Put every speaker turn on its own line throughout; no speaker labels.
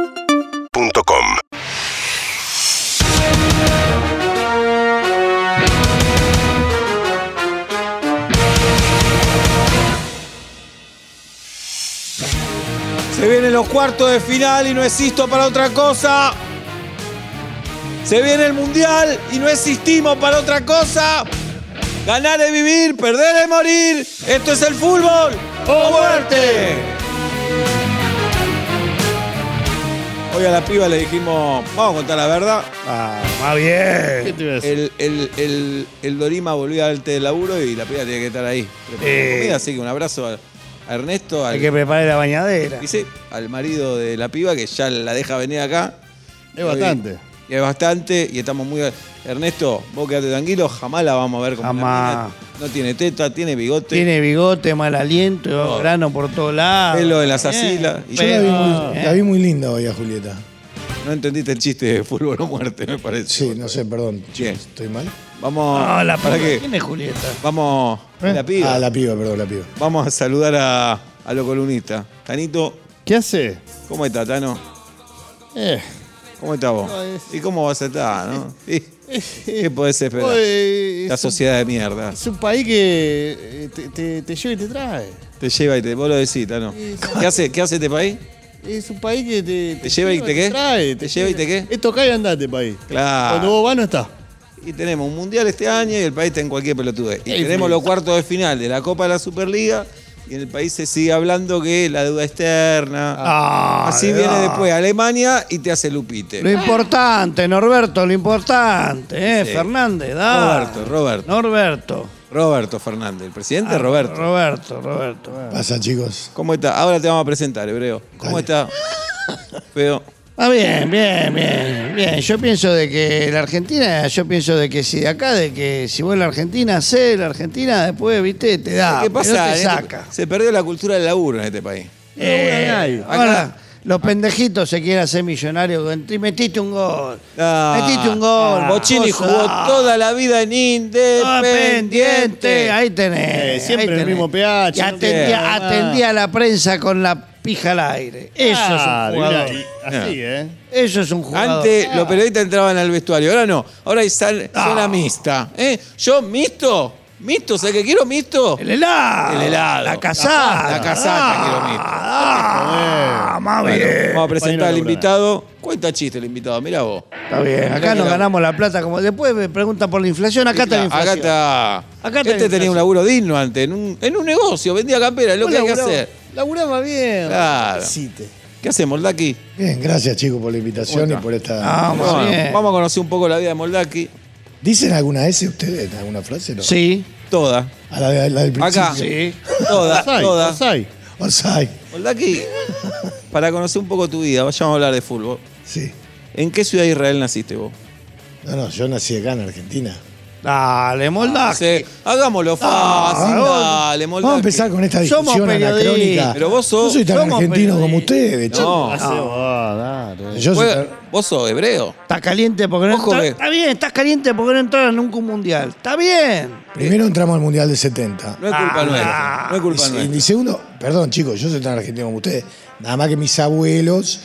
UrbanaPlayFM.com
Se vienen los cuartos de final y no existo para otra cosa. Se viene el mundial y no existimos para otra cosa. Ganar es vivir, perder es morir. Esto es el fútbol. ¡O muerte! Hoy a la piba le dijimos, vamos a contar la verdad. Ah,
Más bien.
te iba a decir?
el, el- el- el Dorima volvió al té de laburo y la piba tiene que estar ahí. preparando
Eh.
comida, así que un abrazo a, a Ernesto, al,
Hay que preparar la bañadera.
Y sí, al marido de la piba que ya la deja venir acá.
Es bastante.
Y es bastante y estamos muy... Ernesto, vos quedate tranquilo, jamás la vamos a ver como una
Jamás.
mina. No tiene teta, tiene bigote,
Tiene bigote, mal aliento, grano por todos lados.
pelo en las asilas. Ah. Y
Yo la vi, muy,
¿eh?
la vi muy linda hoy a Julieta.
no entendiste el chiste de fútbol o muerte, me parece.
Sí, no sé, perdón.
Bien.
¿Estoy mal?
¿Eh? Vamos...
No, Ah, la
¿Para
puta. Eh,
qué?
¿Quién es Julieta?
Vamos... La piba.
Ah, la piba, perdón, la piba.
Vamos a saludar a, a lo columnista. Tanito,
¿Qué hace?
¿cómo está, Tano?
Eh,
¿Cómo estás vos?
No, es-
¿Y cómo vas a estar, no? ¿Y ¿Qué podés esperar?
eh,
La
es, un,
sociedad de mierda.
es un país que eh, te, te- te lleva y te trae.
Te lleva y te. Vos lo decís, Tano.
Sí, sí.
¿Qué hace, ¿Qué hace este país?
Es un país que te,
¿Te lleva y te qué?
trae.
¿Te lleva y te qué?
Esto cae y andate, país.
Claro.
Cuando vos vas no está.
Y tenemos un mundial este año y el país está en cualquier pelotude. Y
Ey,
tenemos
Felipe.
los cuartos de final de la Copa de la Superliga y en el país se sigue hablando que la deuda externa.
Ah,
Así
no.
viene después Alemania y te hace Lupite.
Lo importante, Norberto, lo importante, ¿eh?
Sí.
Fernández, da.
Roberto, Roberto.
Norberto.
Roberto Fernández, el
Ah.
presidente Roberto.
Roberto, Roberto. bueno.
Pasa, chicos.
¿Cómo está? Ahora te vamos a presentar, hebreo. ¿Cómo está? Feo.
Ah, bien, bien, bien, bien. Yo pienso de que la Argentina, yo pienso de que si de acá, de que si vos la Argentina hacés, la Argentina después, viste, te da.
¿Qué
Ah, pero
pasa?
no
En
te
este-
saca.
Se perdió la cultura del laburo en este país.
Eh,
hay.
ahora,
Acá-
los pendejitos se quieren hacer millonarios. con- y Metiste un gol.
Ah,
metiste un gol.
Bochini
cosa.
jugó toda la vida en
Ah,
Independiente.
pendiente. Ahí tenés.
Eh, siempre
ahí
el
tenés.
mismo PH,
Y
no Ah.
atendía,
tiene nada.
atendía a la prensa con la pija al aire. Eso
Claro,
es un jugador.
Ah, mirá, y Así, ¿eh?
Eso es un jugador.
Antes los periodistas entraban al vestuario, ahora no. Ahora hay sal,
Ah.
zona mixta. ¿eh? Yo, mixto, mixto, ¿sabes qué quiero mixto?
El helado.
El helado.
La casata.
La casata, quiero mixto.
Ah, ah, más
Bueno,
bien.
vamos a presentar al
Pañuelo
invitado. Cuenta chiste el invitado, mirá vos.
Está bien. Acá nos ganamos la plata. como Después me preguntan por la inflación. Acá está la
Acá
inflación.
está.
está la
este tenía
inflación.
un laburo digno antes, en un, en un negocio, vendía campera, es lo que hay que
Laburaba-
hacer.
Laburaba bien.
Claro.
Hiciste.
¿Qué hacemos, Moldaki?
Bien, gracias, chicos, por la invitación y por esta.
Ah, más
Bueno,
bien.
vamos a conocer un poco la vida de Moldaki.
¿Dicen alguna S ustedes? ¿Alguna frase? No.
Sí.
Toda.
A la, la del principio.
Acá.
Sí.
Toda,
Osai,
toda.
Osai.
Orsay.
Moldaki, para conocer un poco tu vida, vayamos a hablar de fútbol.
Sí.
¿En qué ciudad de Israel naciste vos?
No, no, yo nací acá en Argentina.
Dale, Moldaki.
Sí, Hagámoslo fácil, dale, Moldaki.
Vamos a empezar con esta
Somos
discusión
periodistas.
anacrónica.
Pero vos sos-
No soy tan
somos
argentino
periodistas.
como ustedes,
No,
Hace vos, dale.
chicos. Yo soy
Vos-
tan-
vos sos hebreo.
Está caliente porque no
Ojo
entra-
que-
Está bien, estás caliente porque no entraron nunca un mundial. Está bien.
Primero entramos al Mundial del 70.
No es culpa
Ah.
nuestra. No es culpa
Y- Y,
nuestra.
segundo, perdón chicos, yo soy tan argentino como ustedes, nada más que mis abuelos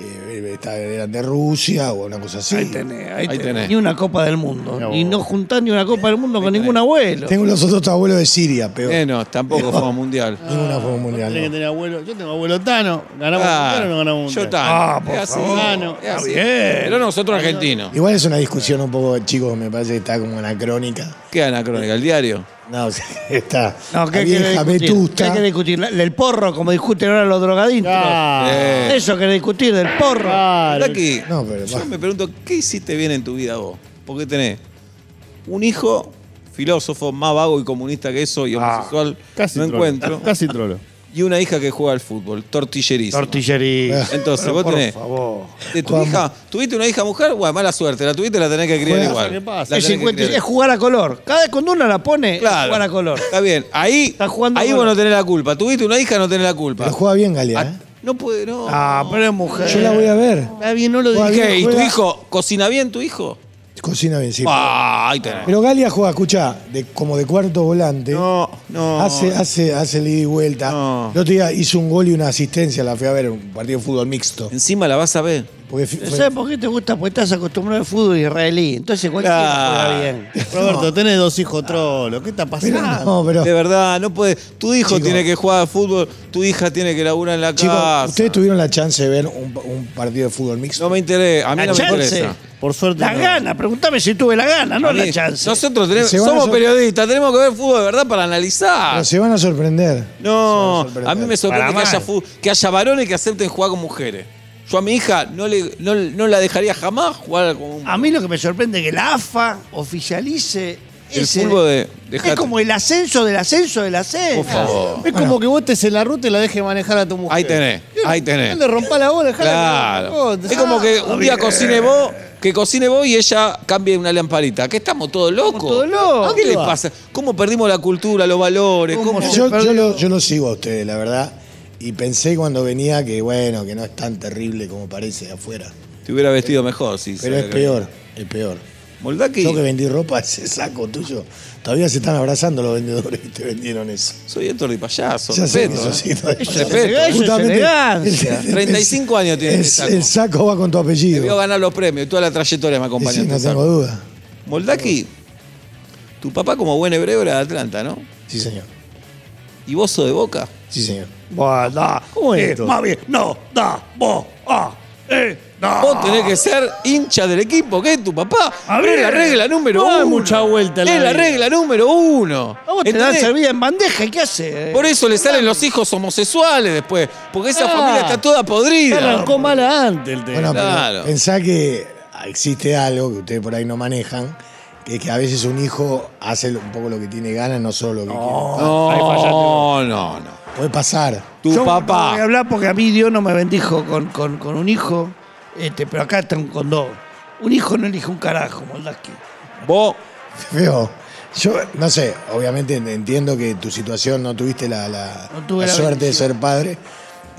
eh, esta- eran de Rusia o una cosa así.
Ahí tenés, ahí,
Ahí
tenés.
tenés.
Ni una Copa del Mundo.
vos.
Ni no juntás ni una Copa del Mundo con ningún abuelo.
Tengo los otros abuelos de Siria, peor.
Eh, no, tampoco fue mundial.
Ninguna fue un mundial.
Tenés que
no.
tener abuelo. Yo tengo abuelo Tano. ¿Ganamos
Ah,
un Tano o no ganamos un
Yo
Tano?
Tano.
Ah, por
Es así,
favor.
Tano, es
Está
así.
bien.
Pero nosotros argentinos.
Igual es una discusión un poco, chicos, me parece que está como anacrónica.
¿Qué anacrónica? ¿El diario?
No, o sea, está
No,
la
¿qué
vieja
querés discutir? ¿Qué
vetusta.
querés discutir? La- El porro, como discuten ahora los drogadictos.
Ah,
Eh,
Eso querés discutir, del porro.
claro.
Moldaki,
No, pero
yo
va.
me pregunto, ¿qué hiciste bien en tu vida vos? Porque tenés un hijo filósofo más vago y comunista que eso y homosexual,
Casi
no
trolo.
encuentro,
Casi trolo.
y una hija que juega al fútbol, tortilleriza.
Tortillería.
Entonces,
Pero
vos
por
tenés-
favor.
De tu hija, ¿Tuviste una hija mujer? Bueno, mala suerte, la tuviste la tenés que criar
Juega.
igual.
¿Qué pasa?
La
Es,
tenés que
50
criar.
es jugar a color. Cada vez cuando uno la pone, es jugar a color.
Está bien. Ahí,
Está jugando
ahí
con-
vos no tenés la culpa. Tuviste una hija, no tenés la culpa.
Pero juega bien Galia,
Ah,
¿eh?
No puede, no.
Ah, pero es mujer.
Yo la voy a ver.
Está bien, no lo
Juega
dije.
¿Qué?
bien,
¿Y tu
juega-
hijo? ¿Cocina bien tu hijo?
Cocina bien, sí.
Ah, ahí tenés.
Pero Galia juega, escuchá, de, como de cuarto volante.
No, no.
Hace, hace, hace el ida y vuelta.
No.
El otro día hizo un gol y una asistencia, la fui a ver, en un partido de fútbol mixto.
Encima la vas a ver.
Porque fi- fue-
¿Sabes por qué te gusta? Porque estás acostumbrado al fútbol israelí. Entonces cualquiera
Claro.
juega bien.
Roberto, tenés dos hijos trolos. ¿Qué está
pero
pasando?
no, pero.
De verdad, no puede. Tu hijo
Chico.
tiene que jugar al fútbol, tu hija tiene que laburar en la
Chicos,
casa.
¿ustedes tuvieron la chance de ver un, un partido de fútbol mixto?
No me interesa, a mí
La
no me
chance.
interesa.
Por suerte.
La
no.
gana, preguntame si tuve la gana, no
A mí-
la chance.
Nosotros tenemos-
Se van a
somos
sor-
periodistas, tenemos que ver fútbol de verdad para analizar.
Pero se van a sorprender.
No,
Se van
a mí me sorprende
Para
que haya,
mal.
fu- que haya varones que acepten jugar con mujeres. Yo a mi hija no, le, no, no la dejaría jamás jugar con un...
A mí lo que me sorprende es que la AFA oficialice
El
ese-
fútbol de- dejate.
Es como el ascenso del ascenso del ascenso.
Por favor.
Es como que votes en la ruta y la dejes manejar a tu mujer.
Ahí tenés, ahí tenés.
le rompa la bola, dejala que-
Claro.
Oh,
Es como que un
Ah,
día cocine vos, que cocine vos y ella cambie una lamparita. Que estamos todos locos.
todos locos.
¿Qué le
¿Dónde va?
pasa? ¿Cómo perdimos la cultura, los valores?
¿Cómo
¿Cómo?
se-
Yo,
perdió.
yo lo, yo lo sigo a ustedes, la verdad. Y pensé cuando venía que, bueno, que no es tan terrible como parece de afuera.
Te hubiera vestido mejor, sí.
Pero es peor, es peor.
Moldaki,
Yo que vendí ropa, ese saco tuyo, todavía se están abrazando los vendedores que te vendieron eso.
soy Héctor de payaso.
Ya sé que
respeto. ¿eh?
sos hijo de-
Respeto.
Eso es elegancia.
el- el-
35 años tiene
el,
ese saco.
el saco va con tu
Debió
apellido.
ganar los premios. Toda la trayectoria me
Y
acompañó.
sí, no
este
tengo
saco.
duda.
Moldaki, tu papá como buen hebreo era de Atlanta, ¿no?
Sí, señor.
Y vos sos de Boca.
Sí, señor.
Bueno,
¿Cómo es
eh,
esto?
más bien, no, da, vos, ah, eh, da.
Vos tenés que ser hincha del equipo, que es tu papá.
A
Es
ver.
la regla número
No
uno.
hay mucha vuelta a la
Es la
vida.
regla número uno.
A vos te dan
¿Entendés?
servida en bandeja, ¿y qué hace?
Por eso le salen los hijos homosexuales después. Porque esa
Ah.
familia está toda
Ya
podrida.
Arrancó mala antes el tema.
Bueno, pero
Claro.
pensá que existe algo que ustedes por ahí no manejan, que es que a veces un hijo hace un poco lo que tiene ganas, no solo lo que quiere.
No, no, no.
Puede pasar.
Tu
Yo No
papá.
voy a hablar porque a mí Dios no me bendijo con, con- con un hijo, este, pero acá están con dos. Un hijo no elige un carajo, Moldaski.
Vos.
Feo. Yo, no sé, obviamente entiendo que tu situación no tuviste la, la-
No tuve
la
la
suerte de
bendición.
ser padre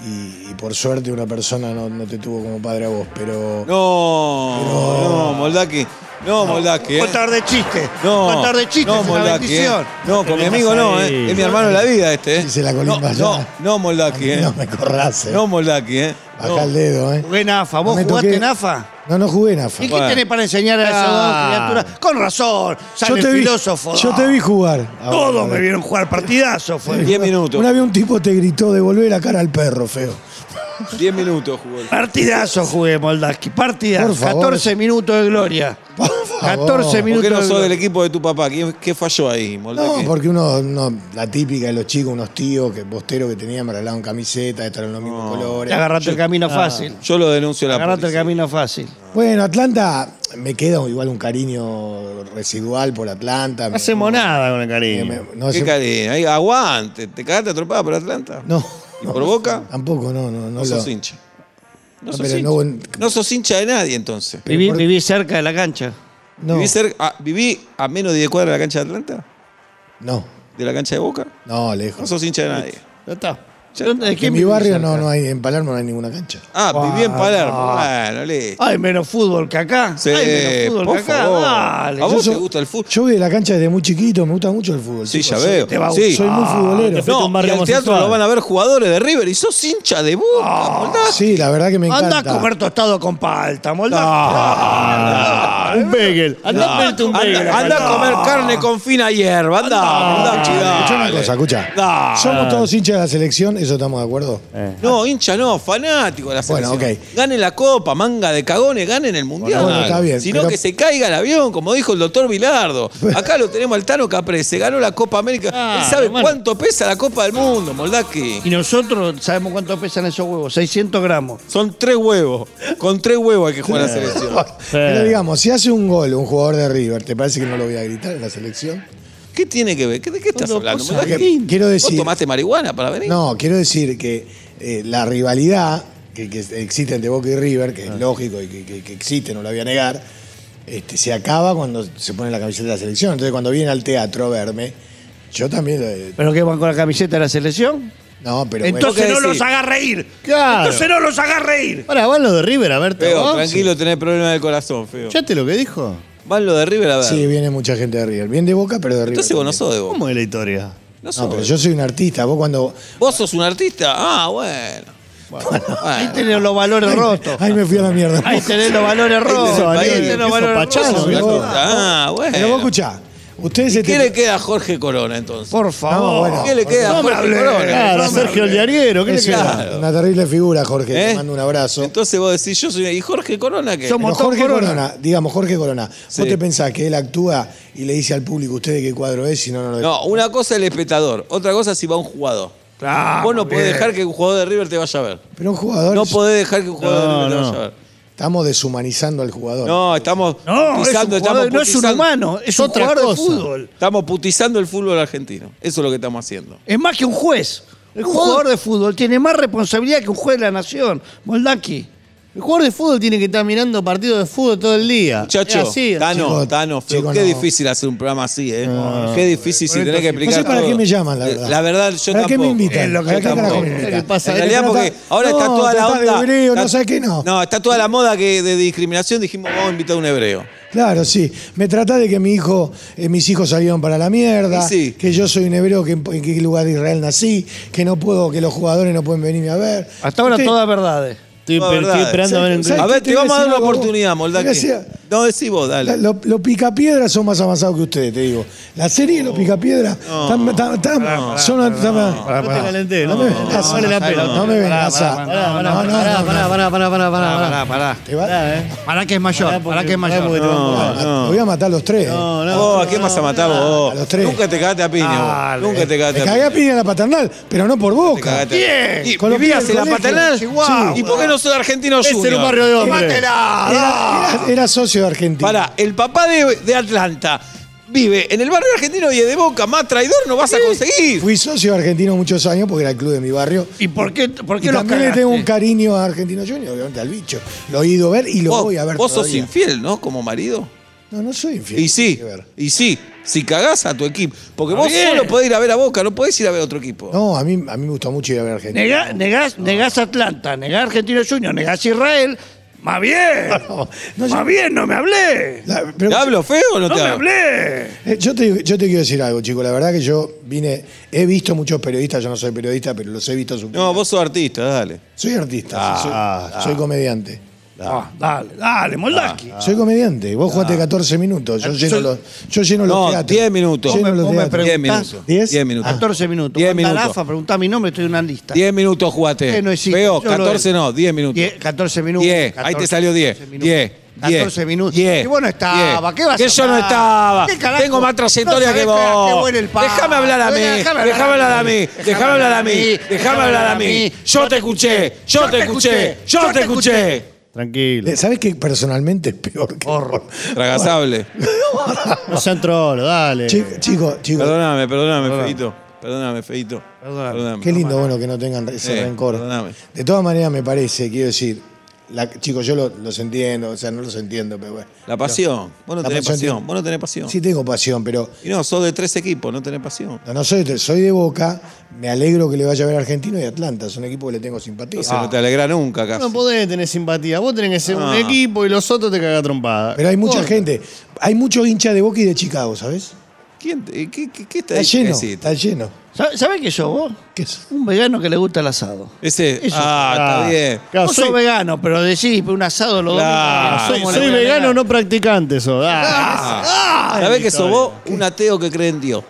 y, y por suerte una persona no, no te tuvo como padre a vos, pero
No, no, Moldaki. No, Moldaki. eh.
Contar de chiste.
No,
Contar de chiste,
no,
es una
Moldaki, eh.
bendición.
No, con mi amigo no, eh. es mi hermano de la vida este. Eh.
Dice la
no,
colimba ya.
no, no, Moldaki.
a mí
Eh.
no me corras, eh.
No, Moldaki. Eh.
Baja
No.
el dedo, ¿eh?
Jugué en AFA.
No
¿Vos
me
jugaste
toqué.
en AFA?
No, no jugué en AFA.
¿Y
Bueno.
qué tenés para enseñar a esas
Ah.
dos criaturas? Con razón,
Yo
salen
te, vi,
filósofos.
yo te vi jugar.
Ah,
Todos me vieron jugar partidazo. Fue.
10 minutos.
Una vez un tipo te gritó devolver la cara al perro, feo.
10 minutos jugó el.
Partidazo jugué, Moldaski. Partidazo.
Por favor.
14 minutos de gloria.
Por favor.
14
¿Por
minutos
qué no
de
sos del
gloria.
equipo de tu papá? ¿Qué, qué falló ahí, Moldaki?
No, porque uno, uno- la típica de los chicos, unos tíos que posteros que tenían me regalaban camisetas, estos eran los mismos
Te
colores.
agarraste el camino fácil.
Yo lo denuncio a la
Agarrate Ah. el
policía.
camino fácil.
Bueno, Atlanta, me queda igual un cariño residual por Atlanta.
No hacemos nada con el cariño.
no,
Qué
hacemos-
cariño. Ahí, aguante. ¿Te cagaste atropada por Atlanta?
no,
¿Y
no,
por Boca?
Tampoco, no, no, no.
No
lo-
sos hincha. No
No,
sos
pero
hincha.
no-
No sos hincha de nadie entonces.
Viví,
por-
viví cerca de la cancha.
no,
¿Viví, cerca- a, viví a menos de 10 cuadras de la cancha de Atlanta?
no,
¿De la cancha de Boca?
no,
No
lejos.
sos hincha de nadie.
Ya está.
¿Dónde- de quién
En mi
vivís
barrio
cerca?
no, no hay, en Palermo no hay ninguna cancha.
Ah, viví en
Ah,
Palermo.
no.
Bueno,
Ah,
listo.
Hay menos fútbol que acá.
Sí,
Hay menos fútbol
por
que acá.
favor.
Dale.
¿A vos
Yo
te
so-
gusta el fútbol?
Yo voy de la cancha desde muy chiquito, me gusta mucho el fútbol.
Sí,
chicos,
ya veo.
Soy, te va a
Sí. Ah,
gustar. soy muy futbolero.
te fuiste a
No,
un
y
barrio
al teatro
homosexual.
lo van a ver jugadores de River y sos hincha de Boca,
Ah.
Moldaki.
Sí, la verdad que me
Andá
encanta.
a comer tostado con palta,
Ah,
Moldá.
un bagel. Andá a pedirte un bagel.
Anda, anda a comer carne con fina hierba. Anda, anda,
Escuchá una cosa, escucha. Somos todos hinchas de la selección, eso estamos de acuerdo.
No, hincha no, fanático de la
Bueno,
selección. Gane la copa, manga de cagones, ganen el mundial.
Bueno, bueno, está bien,
Sino
pero-
que se caiga el avión, como dijo el doctor Vilardo. Acá lo tenemos al Tano Caprese, ganó la Copa América.
Ah,
Él sabe
hermano.
cuánto pesa la Copa del Mundo, Moldaki.
Y nosotros sabemos cuánto pesan esos huevos, 600 gramos.
Son tres huevos. Con tres huevos hay que jugar a la selección.
Pero digamos, si hace un gol un jugador de River, ¿te parece que no lo voy a gritar en la selección?
¿Qué tiene que ver? ¿Qué- ¿De qué estás
Cuando
hablando,
cosa
Moldaki?
que- quiero
¿Vos
decir-
tomaste marihuana para venir?
No, quiero decir que eh, la rivalidad que, que existe entre Boca y River,
Ah.
que es lógico y que, que- que existe, no la voy a negar, este, se acaba cuando se pone la camiseta de la selección. Entonces, cuando viene al teatro a verme, yo también. eh,
¿Pero qué van con la camiseta de la selección?
no, pero. bueno.
¿Vos qué
Entonces no
decís?
los haga reír.
Claro.
Entonces no los haga reír.
Para, van los de River a verte. a
Feo,
vos.
tranquilo, tenés problemas del corazón, feo.
¿Escuchaste lo que dijo?
Van lo de River a ver.
Sí, viene mucha gente de River. Bien de Boca, pero de River.
Entonces vos no sos de Boca.
¿Cómo es la historia?
No sos.
No, pero yo soy un artista. Vos cuando.
¿Vos sos un artista? Ah, bueno. Bueno.
Ahí tenés los valores rotos.
Ay, me fui a la mierda.
Ahí tenés los valores rotos.
tenés
Ahí
valores,
tenés los
esos
valores
pachazos,
rotos.
mirá.
Artista. Ah, bueno.
Pero vos escuchá. Ustedes este
¿Qué
se te-
le queda a Jorge Corona entonces?
Por favor.
No, bueno.
¿Qué le queda a
No
Jorge
me hablé.
Corona?
Claro,
no,
Sergio el diariero, ¿qué le
Es
queda?
una, una terrible figura, Jorge.
¿Eh?
Te mando un abrazo.
Entonces vos decís, yo soy. ¿Y Jorge Corona qué?
Somos- Montón
Pero Jorge
Corona.
Corona. digamos Jorge Corona.
Sí.
¿Vos te pensás que él actúa y le dice al público usted de qué cuadro es? Si no, no lo
No, una cosa el espectador, otra cosa si va un jugador.
Claro,
vos no podés
Ah, bien.
dejar que un jugador de River te vaya a ver.
Pero un jugador.
No podés dejar que un jugador
No,
de River te
no.
vaya a ver.
Estamos deshumanizando al jugador.
No, estamos
No, es un
putizando,
jugador-
estamos
no es un
putizando-
humano, es un
Otra
jugador
cosa.
de fútbol.
Estamos putizando el fútbol argentino. Eso es lo que estamos haciendo.
Es más que un juez. El
jugador-
jugador de fútbol tiene más responsabilidad que un juez de la nación. Moldaki.
El jugador de fútbol tiene que estar mirando partidos de fútbol todo el día.
Muchacho,
Es así.
Tano,
Chico,
Tano, Feo,
chico,
qué
no.
difícil hacer un programa así, ¿eh? qué difícil si tenés que
No
explicar.
sé para
todo.
qué me llaman, la
Eh,
verdad.
La verdad, yo
¿Para
tampoco.
qué me invitan?
Yo
¿Para qué carajo
tampoco.
me invitan?
¿Qué pasa?
En realidad,
No,
porque ahora está
no,
toda la
tratá de
onda.
hebreo, no
está-
sé qué no.
No, está toda la moda que de discriminación. Dijimos, vamos a invitar a un hebreo.
Claro, sí. Me trata de que mi hijo, eh, mis hijos salieron para la mierda,
Y sí.
que yo soy un hebreo, que en, en qué lugar de Israel nací, que no puedo, que los jugadores no pueden venirme a ver.
Hasta ahora
Usted-
todas verdades.
Estoy,
No,
pe-
verdad.
estoy esperando a ver en
Sí,
A
¿Sabes
ver,
qué?
te
Te
vamos a dar una
iba a decir algo.
oportunidad, Moldaki.
Te iba a decir-
No, decí vos,
La-
dale.
Los los picapiedras son más avanzados que ustedes, te digo. La serie de los picapiedras tan- tan- tan- son... tan-
No te calenté, no,
No me
no,
vengas
no vale la pena.
No me vengas a...
Pará, pará,
No, no,
pará,
no,
pará,
no.
pará, pará, pará, pará, pará.
pará.
Te va-
Pará, eh.
Pará que es mayor, pará que es
Pará, porque
mayor.
te van a
Ah, Te voy a matar los tres.
No, no.
Oh, ¿a quién vas a matar vos?
Ah, A los tres.
Nunca te cagaste a piña, vos.
Dale.
Nunca te
Me
cagaste
cagué
a
a
piña.
piña en la paternal, pero no por
Te
boca.
cagaste a-
Bien.
Y
Con los
vivías
pibes del
en la
colegio.
paternal.
Chihuahua.
¿Y por qué no sos argentino
Es
junior?
el barrio de hombres.
Era, era- era socio de Argentina.
Ah. Pará, el papá de, de Atlanta vive en el barrio argentino y es de Boca, más traidor no vas a conseguir.
Fui socio de Argentino muchos años porque era el club de mi barrio.
¿Y por qué, por
Y
qué los
también le
cagaste?
tengo un cariño a Argentino Junior, obviamente al bicho. Lo he ido a ver y lo
vos
voy a ver
vos sos
todavía.
infiel, ¿no? Como marido.
No, no soy infiel.
Y sí,
Hay que ver.
y sí, si cagás a tu equipo. Porque
Está
vos
bien.
solo podés ir a ver a Boca, no podés ir a ver a otro equipo.
No, a mí, a mí me gusta mucho ir a ver a Argentina.
Negá- negás, negás Atlanta, negás Argentino Junior, negás Israel. Más bien.
no,
más
yo-
bien, no me hablé.
La-
¿Te
pero-
hablo feo o no,
No
te
me
hablo?
hablé.
Eh, yo, te, yo te quiero decir algo, chico. La verdad que yo vine. He visto muchos periodistas, yo no soy periodista, pero los he visto. su-
No, vos sos artista, dale.
Soy artista, sí, soy,
Ah,
soy comediante.
Ah, dale, dale, Moldaki.
Soy comediante. Vos jugaste 14 minutos. Yo lleno,
Soy-
los, yo lleno los
Ah. No,
teatros.
10 minutos.
Lleno los
vos me
teatros.
preguntás-
10 minutos.
¿Diez?
10 minutos.
14 minutos.
10
Manda
minutos.
Lafa, preguntá mi nombre, estoy en una lista.
10 minutos jugaste.
Usted Eh, no existe,
Feo,
yo lo
14
era.
Eh, no, 10 minutos.
10, 14 minutos.
10, ahí
14,
te salió 10.
14
10.
minutos. 14 minutos. Y bueno, estaba. ¿Qué vas a
Que yo no
hablar?
estaba.
¿Qué carajo?
Tengo más trayectoria
No
que
sabés
vos.
qué- qué bueno el palo.
Déjame hablar a mí.
Déjame
Déjame hablar a mí. Déjame hablar a mí. Déjame hablar a mí. Yo te escuché. Yo te escuché. Yo te escuché.
Tranquilo.
¿Sabes que Ah, personalmente es peor que
Tragasable.
No sean trolos, dale.
Chico, chico, chico,
Perdóname, perdóname, Feito. Perdóname, Feito. Perdóname.
qué lindo bueno que no tengan ese
Eh,
rencor.
perdóname.
De todas maneras, me parece, quiero decir, la- chicos, yo lo- los entiendo, o sea, no los entiendo, pero bueno.
La pasión. Vos no
La
tenés
pasión
pasión.
tiene-
Vos no tenés pasión.
Sí tengo pasión, pero
Y no, sos de tres equipos, no tenés pasión.
no, no soy, de- soy de Boca, me alegro que le vaya a ver a Argentino y Atlanta, son equipos que le tengo simpatía. Ah,
Entonces Ah. no te alegra nunca,
Vos
casi.
No podés tener simpatía. Vos tenés que ser un
Ah.
equipo y los otros te cagan trompada.
Pero hay mucha gente, hay muchos hinchas de Boca y de Chicago, ¿sabes?
¿Quién, te- qué, qué, qué
Está
estadística
lleno,
hiciste?
está lleno.
¿Sabes qué sos vos?
¿Qué es?
Un vegano que le gusta el asado.
Ese.
Eso.
Ah, está bien.
Claro,
Vos
soy-
sos vegano, pero decís un asado los
Claro,
domingos.
Soy,
somos
soy
la
vegano,
veganá.
no practicante, eso.
Ah,
Ah, ¿Sabés que sos vos? Un ateo que cree en Dios.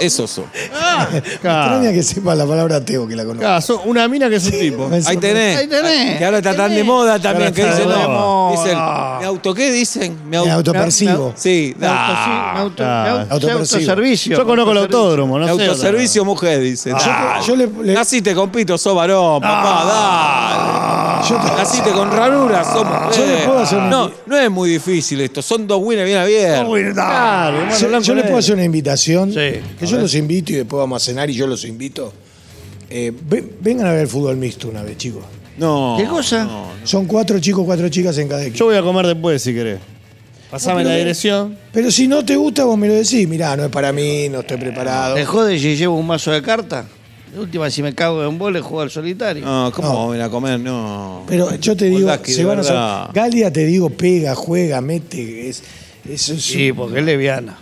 Eso sos. Ah.
Extraña que sepa la palabra ateo que la conozco.
ah, una mina que es un tipo.
Me
Ahí tenés.
Ahí tenés.
Que ahora está tan de moda también.
Ahora
Que
está
dicen,
de
no,
moda.
dicen, ¿me auto qué dicen? Me,
Me
auto.
autopercibo.
Sí,
Me
da.
auto- me
Ah,
auto- me auto-
autopercibo.
autoservicio.
Yo conozco el autódromo, no
Me
sé.
autoservicio mujer, dice. da.
Ah, yo le- le-
Naciste con pito, sos varón, papá,
Yo
dale.
te-
Naciste con ranura, sos mujer.
Yo le puedo hacer un-
no, no es muy difícil esto. Son dos winners bien abiertos.
Claro, hermano,
Yo,
blanco
yo le
negro.
puedo hacer una invitación.
Sí,
que yo los invito y después vamos a cenar y yo los invito. Eh, ve- vengan a ver el fútbol mixto una vez, chicos.
No.
¿Qué cosa?
no.
Son cuatro chicos, cuatro chicas en cada equipo.
Yo voy a comer después si querés. Pasame la dirección.
Pero si no te gusta, vos me lo decís. Mirá, no es para mí, no estoy preparado.
¿Te jode si llevo un mazo de cartas? De última, si me cago en bola, juego al solitario.
No, ¿cómo
No.
van a comer? No.
Pero yo te digo,
Moldaki,
se
de
van a
verdad.
hacer- Galia te digo, pega, juega, mete. Es, Eso es
Sí, porque es leviana.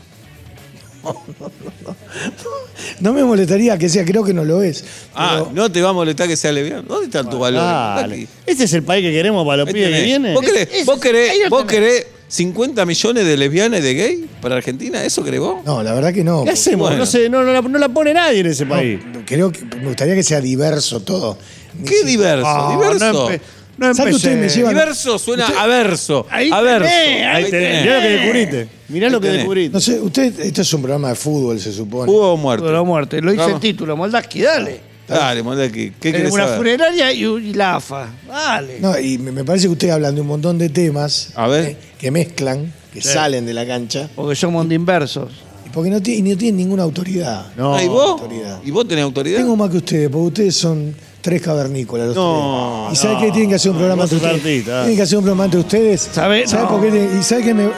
No me molestaría que sea, creo que no lo es.
Ah,
pero-
no te va a molestar que sea lesbiana. ¿Dónde están tus valores?
Dale. Este es el país que queremos para los
Ahí
pibes que
tenés.
vienen.
¿Vos querés,
Eso-
vos, querés-
ahí lo
vos
tenés.
querés 50 millones de lesbianas y de gay para Argentina? ¿Eso crees vos?
No, la verdad que no.
¿Qué hacemos?
Bueno.
No, sé, no, no la, no la pone nadie en ese
No,
país.
creo que me gustaría que sea diverso todo. Ni
¿Qué
si-
diverso?
Ah, No,
diverso.
empe- no
¿Sabe que ustedes me
empecé.
llevan-
diverso suena a verso.
Ahí
a verso.
tenés, ahí tenés.
Mirá lo que descubriste. Mirá
Ahí
lo que
tenés.
descubriste.
No sé, usted, esto es un programa de fútbol, se supone.
Hubo o muerto.
De la muerte. Lo dice
Vamos.
el título, Moldaski, dale.
Dale, mandá aquí. ¿Qué
Eh,
querés
Una
saber?
funeraria y, un- y la AFA. Dale.
No, y me me parece que ustedes hablan de un montón de temas
A ver.
eh, que mezclan, que salen de la cancha,
Porque somos de inversos.
y porque no, tie- y no tienen ninguna autoridad.
No.
Ah, ¿Y vos?
autoridad.
¿Y vos tenés autoridad?
Tengo más que ustedes, porque ustedes son tres cavernícolas. Los
No,
tres. ¿Y sabe qué tienen que hacer un programa
vos
entre
sos
ustedes?
artista.
Tienen que hacer un programa entre ustedes.
¿Sabe?
¿Sabe
No.
por qué? tienen- ¿Y sabe que me,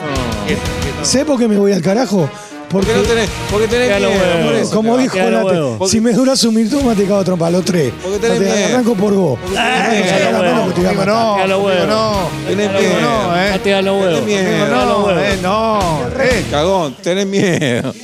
¿sabe por qué me voy al carajo?
Porque no tenés, porque tenés
Ya lo
miedo,
veo.
por eso
Como
te va.
dijo
queda los
Nate,
huevos.
si me duras un minuto más te cago a trompa, los tres.
Porque tenés
No te-
miedo.
arranco por vos.
tenés
Arranco
miedo.
por la mano que te voy a matar.
no,
Ya lo
conmigo
huevo.
no.
Tenés
Conmigo
miedo.
no, eh.
Date a los
Tenés
huevos.
miedo.
Conmigo
Ya lo
no,
huevo.
eh, no. eh.
Cagón, tenés miedo.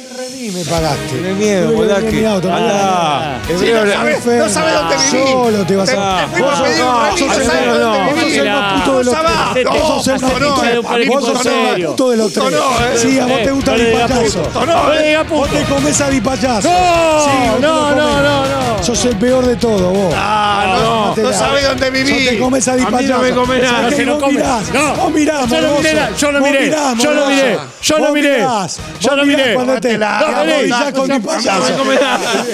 Ni me pagaste.
Tenés miedo,
Yo voy a
Molaki.
venir en mi auto,
Andá.
Andá.
Hebreo,
Sí,
le-
sabés,
No sabés dónde vivís.
Solo te vas a...
Te- te fuimos
Vos
a pedir un
sos-
remis,
vos sos
¿sabés dónde
el- vos sos el
vivís?
más puto de los
Mirá.
tres.
No,
Vos sos el más
hacete
puto de-
un equipo
vos sos el más
serio.
puto de los
Puto
tres.
no, eh.
Sí, a vos te gusta el
le digas
payaso.
puto. No le digas puto.
Vos te comés a mi payaso.
No,
Sí, vos te
no,
lo comés.
no, no, no.
Sos el peor de todo, vos.
Ah, no, no,
Matela.
sabés dónde
Yo te
vivís.
comes a mi
A mí no
payaso.
me come
O sea,
nada.
que
Se lo
vos
come.
mirás,
No.
vos mirás,
Yo lo
morboso.
miré, yo lo
Vos
miré,
mirás,
yo lo
morboso.
miré, yo lo
Vos
miré,
mirás,
yo
vos
lo
mirás
miré.
Cuando te
Matela.
te arrodillás
Matela.
con tu
No me
payaso.
come nada.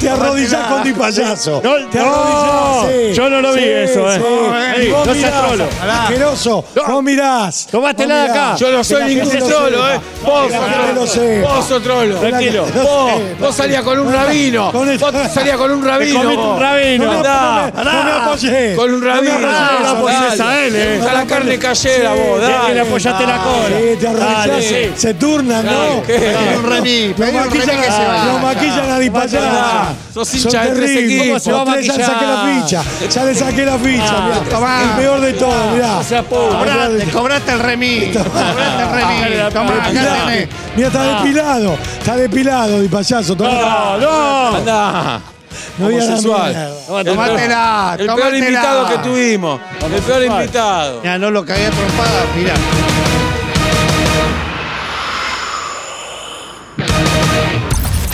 Te arrodillás con tu payaso.
No,
Te
no,
arrodillás, sí.
yo no lo vi
Sí,
eso, eh.
sí.
Ey,
Y vos
no seas
mirás,
trolo.
Asqueroso, vos mirás.
Tomate
vos
la de
mirás.
acá.
Yo no
Que la
soy ningún
gente lo
trolo,
sepa.
¿eh? Vos
Que la gente lo
sos trolo.
sepa.
Vos sos trolo.
Tranquilo.
Vos,
Sí,
vos salías con un rabino.
Con el-
Vos salías con un rabino.
comiste un
vos.
rabino.
Andá.
No me apoyes.
Con un rabino.
No me
Ah,
apoyes.
la apoyás
Dale.
a él, eh.
Está la carne cayera, vos.
Ya que
Dale.
le
pues-
apoyaste la cola.
Ah, Sí, te arrodillás,
Dale,
se-
sí.
se turnan, ¿no?
¿Qué?
No,
Un remis, pedí
Lo
un remis
maquillan,
que se vaya.
lo maquillan a Di Payá.
Sos hincha de tres
terribles.
equipos.
¿Cómo se va a Tres, ya le saqué la
maquillar?
ficha. Ya le saqué la ficha.
Ah,
mirá.
tomá.
El peor de todo, mirá.
No seas pobre.
Mirá,
Cobraste, cobraste el remis. Cobraste el
Ah,
remis. Tomá, acá
mirá.
tenés.
Mirá, está depilado. Está depilado, Di Payaso.
No, no.
Andá.
No digas la
Homosexual.
mierda.
Tomate
Tomátela,
El peor
tomátela.
invitado que tuvimos. El peor invitado.
Ya no lo cagué a trompadas, mirá.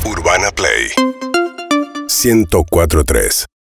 Urbana Play 1043